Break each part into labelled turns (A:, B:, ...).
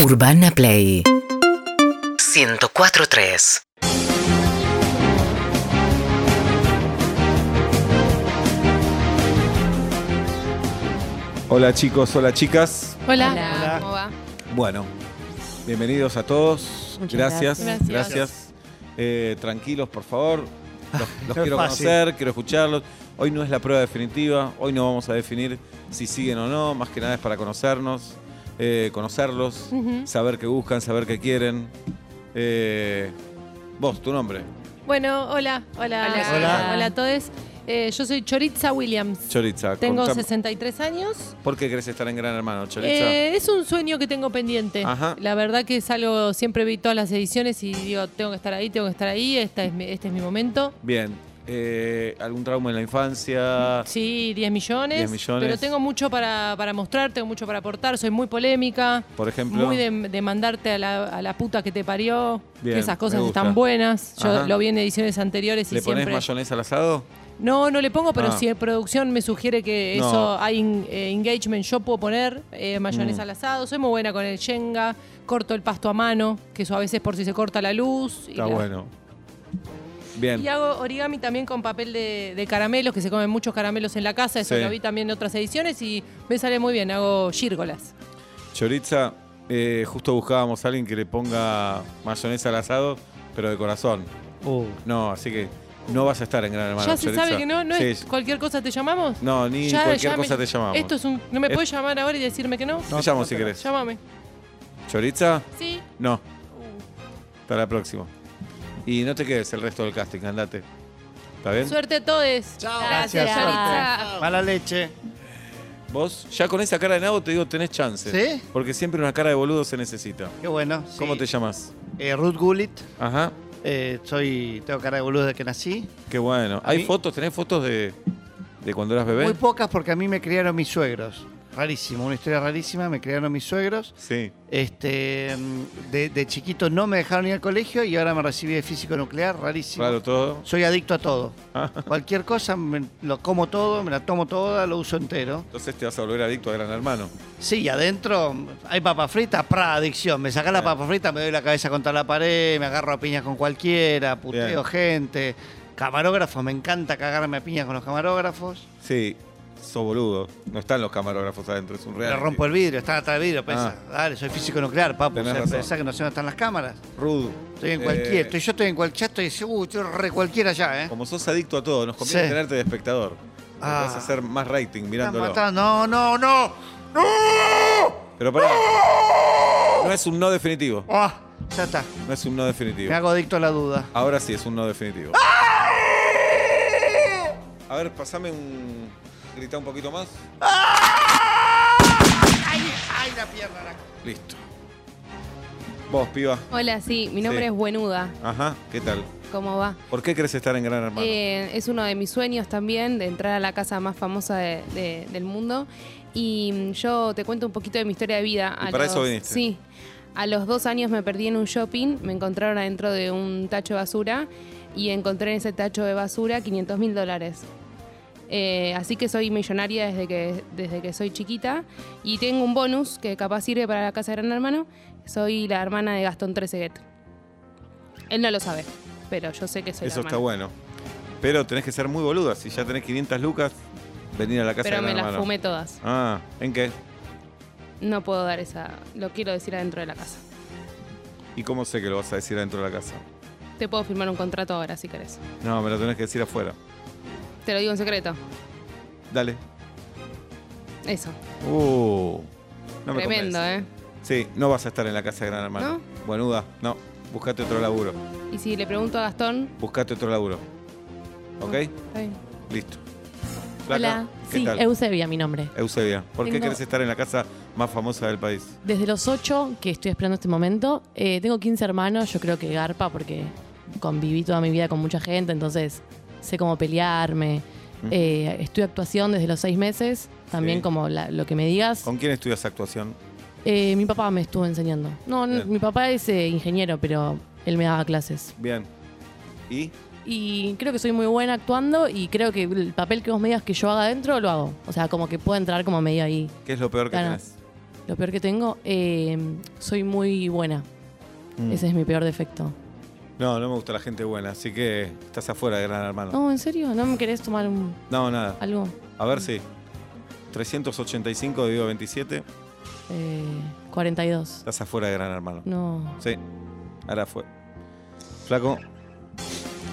A: Urbana Play 104.3
B: Hola chicos, hola chicas.
C: Hola.
D: Hola.
C: ¿cómo va?
B: Bueno, bienvenidos a todos.
D: Muchas
B: Gracias, gracias.
C: gracias.
B: Eh, tranquilos, por favor. Los, los
E: no es
B: quiero
E: fácil.
B: conocer, quiero escucharlos. Hoy no es la prueba definitiva, hoy no vamos a definir si siguen o no, más que nada es para conocernos, eh, conocerlos,
C: Ujú.
B: saber qué buscan, saber qué quieren. Eh, vos, tu nombre,
C: Bueno, hola, hola,
D: Hola.
E: Hola.
C: hola a todos. Eh, yo soy Choritza Williams.
B: Choritza.
C: tengo
B: contame-
C: 63 años.
B: ¿Por qué querés estar en Gran Hermano, Choritza?
C: Eh, es un sueño que tengo pendiente.
B: Ajá.
C: La verdad que es algo, siempre vi todas las ediciones y digo, tengo que estar ahí, tengo que estar ahí, esta es mi- este es mi momento.
B: Bien. Eh, ¿Algún trauma en la infancia?
C: Sí, 10 millones,
B: 10 millones.
C: Pero tengo mucho para, para mostrar, tengo mucho para aportar, soy muy polémica,
B: Por ejemplo.
C: muy de, de mandarte a la, a la puta que te parió,
B: Bien,
C: que esas cosas
B: me gusta.
C: están buenas. Yo
B: Ajá.
C: lo vi en ediciones anteriores y
B: ¿Le pones
C: siempre.
B: mayonesa al asado?
C: No, no le pongo, pero
B: Ah.
C: si producción me sugiere que
B: No.
C: eso hay en- eh, engagement, yo puedo poner eh, mayonesa
B: Mm.
C: al asado. Soy muy buena con el yenga, corto el pasto a mano, que eso a veces por si se corta la luz. y
B: Está
C: la-
B: bueno. Bien.
C: Y hago origami también con papel de, de caramelos, que se comen muchos caramelos en la casa. Eso
B: Sí.
C: lo vi también en otras ediciones y me sale muy bien. Hago gírgolas.
B: Choriza, eh, justo buscábamos a alguien que le ponga mayonesa al asado, pero de corazón.
E: Uh,
B: No, así que no vas a estar en Gran Hermano.
C: ya se
B: Choriza.
C: sabe que no, no
B: Sí,
C: es cualquier cosa te llamamos.
B: No, ni
C: Ya-
B: cualquier
C: ya me-
B: cosa te llamamos.
C: Esto es un. ¿No me
B: Es- pues.
C: puedes llamar ahora y decirme que no?
B: Te llamo si querés.
C: Llámame.
B: ¿Choriza?
C: Sí.
B: No. Para la próxima. Y no te quedes el resto del casting, andate. ¿Está bien?
C: Suerte a todos.
D: Gracias,
E: Gracias,
D: Choritza.
E: mala leche.
B: Vos, ya con esa cara de nabo te digo, tenés chance.
E: ¿Sí?
B: Porque siempre una cara de boludo se necesita.
E: Qué bueno. sí.
B: ¿Cómo te llamas?
E: Eh, Ruth Gulit.
B: Ajá.
E: Eh, soy, tengo cara de boludo desde que nací.
B: Qué bueno.
E: A
B: ¿Hay
E: mí-
B: fotos? ¿Tenés fotos de, de cuando eras bebé?
E: Muy pocas porque a mí me criaron mis suegros. Rarísimo, una historia rarísima. Me criaron mis suegros.
B: sí.
E: Este, mm, de, de chiquito no me dejaron ir al colegio y ahora me recibí de físico nuclear. Rarísimo.
B: Claro, todo.
E: Soy adicto a todo.
B: Ah.
E: Cualquier cosa, me- lo como todo, me la tomo toda, lo uso entero.
B: Entonces te vas a volver adicto a Gran Hermano.
E: Sí, y adentro hay papa frita, pra, adicción. Me saca la papa frita, me doy la cabeza contra la pared, me agarro a piñas con cualquiera, puteo
B: Bien.
E: gente. Camarógrafos, me encanta cagarme a piñas con los camarógrafos.
B: Sí, sos boludo. No están los camarógrafos adentro, es un
E: Le
B: real.
E: rompo el vidrio, está atrás del vidrio, pensa, dale, soy físico nuclear, papu,
B: Ah. Tenés
E: o sea,
B: razón.
E: pensá que no sé dónde están las cámaras.
B: Rudo.
E: Estoy en
B: Eh,
E: cualquier, estoy, yo estoy en cualquier, estoy, uh, estoy re cualquiera ya, ¿eh?
B: Como sos adicto a todo, nos conviene
E: Sí.
B: tenerte de espectador.
E: Ah.
B: Vas a hacer más rating
E: Están
B: mirándolo. Ah.
E: matando, no, no, no, no.
B: Pero pará. No es un no definitivo.
E: Ah, ya está,
B: No es un no definitivo.
E: me hago adicto a la duda.
B: Ahora sí es un no definitivo. A ver, pasame un. Grita un poquito más.
E: Ay, ay, la pierna, la...
B: Listo. Vos, piba.
D: Hola, sí, mi nombre
B: Sí.
D: es Buenuda.
B: Ajá, ¿qué tal?
D: ¿Cómo va?
B: ¿Por qué querés estar en Gran Hermano?
D: Eh, es uno de mis sueños también, de entrar a la casa más famosa de- de- del mundo. Y mm, yo te cuento un poquito de mi historia de vida.
B: Y para eso viniste.
D: Sí. A los dos años me perdí en un shopping, me encontraron adentro de un tacho de basura y encontré en ese tacho de basura 500 mil dólares. Eh, así que soy millonaria desde que, desde que soy chiquita y tengo un bonus que capaz sirve para la casa de Gran Hermano. Soy la hermana de Gastón Treseguet. Él no lo sabe, pero yo sé que soy la
B: Eso está
D: hermana.
B: bueno. Pero tenés que ser muy boluda. Si ya tenés 500 lucas, venir a la casa
D: Pero
B: de
D: me
B: Gran
D: las
B: Hermano.
D: fumé todas.
B: Ah, ¿en qué?
D: No puedo dar esa. Lo quiero decir adentro de la casa.
B: ¿Y cómo sé que lo vas a decir adentro de la casa?
D: Te puedo firmar un contrato ahora si querés.
B: No, me lo tenés que decir afuera.
D: Te lo digo en secreto.
B: Dale.
D: Eso.
B: Uh, no me
D: Tremendo,
B: convence.
D: ¿eh?
B: Sí, no vas a estar en la casa de Gran Hermano. Buenuda, no. Buscate otro laburo.
D: Y si le pregunto a Gastón.
B: Buscate otro laburo. ¿Ok?
D: Está bien.
B: Listo. Flaca,
F: Hola,
B: ¿qué
F: sí,
B: tal?
F: Eusebia mi nombre.
B: Eusebia, ¿por qué
F: Tengo-
B: querés estar en la casa más famosa del país?
F: Desde los ocho que estoy esperando este momento, eh, tengo 15 hermanos, yo creo que garpa porque conviví toda mi vida con mucha gente, entonces sé cómo pelearme. Eh, estudio actuación desde los seis meses, también
B: Sí.
F: como la- lo que me digas.
B: ¿Con quién estudias actuación?
F: Eh, mi papá me estuvo enseñando. No, no,
B: Bien.
F: mi papá es eh, ingeniero, pero él me daba clases.
B: Bien. ¿Y?
F: Y creo que soy muy buena actuando y creo que el papel que vos me digas que yo haga adentro, lo hago. O sea, como que puedo entrar como medio ahí.
B: ¿Qué es lo peor que
F: Claro.
B: tenés?
C: Lo peor que tengo, eh, soy muy buena.
B: Mm.
C: Ese es mi peor defecto.
B: No, no me gusta la gente buena, así que estás afuera de Gran Hermano.
C: No, ¿en serio? ¿No me querés tomar un-
B: No, nada.
C: algo?
B: A ver si. 385 dividido 27,
C: Eh, 42.
B: estás afuera de Gran Hermano.
C: No.
B: Sí, ahora fue. Flaco,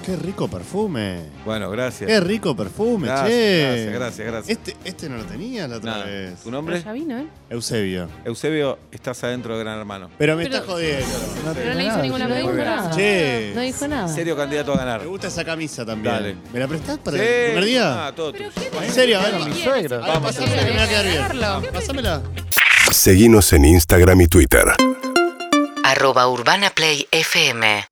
A: Qué rico perfume.
B: bueno, gracias.
A: Qué rico perfume,
B: Gracias,
A: che.
B: gracias, gracias, gracias.
A: Este, este no lo tenía la otra
B: Nada.
A: vez.
B: ¿Tu
C: Pero
B: nombre?
C: ya vino, ¿eh?
A: Eusebio.
B: Eusebio, estás adentro de Gran Hermano.
A: Pero me
C: Pero-
A: estás jodiendo.
D: Pero no le hizo ninguna
C: No dijo
D: pregunta.
C: nada.
A: Che.
C: No dijo nada.
B: Serio candidato a ganar.
A: Me gusta esa camisa también.
B: Dale.
A: ¿Me la prestás para
B: Sí,
A: el primer
B: ah,
A: día?
B: todo
G: ¿Pero
B: tuyo.
G: qué
A: En serio, a ver.
G: ¿Qué
A: a ver,
G: quieres?
E: suegro.
G: Vamos,
A: Pasámela que me va a quedar
D: Agarrarlo.
A: bien. Pasámela.
H: Seguinos en Instagram y Twitter.
I: arroba Urbana Play FM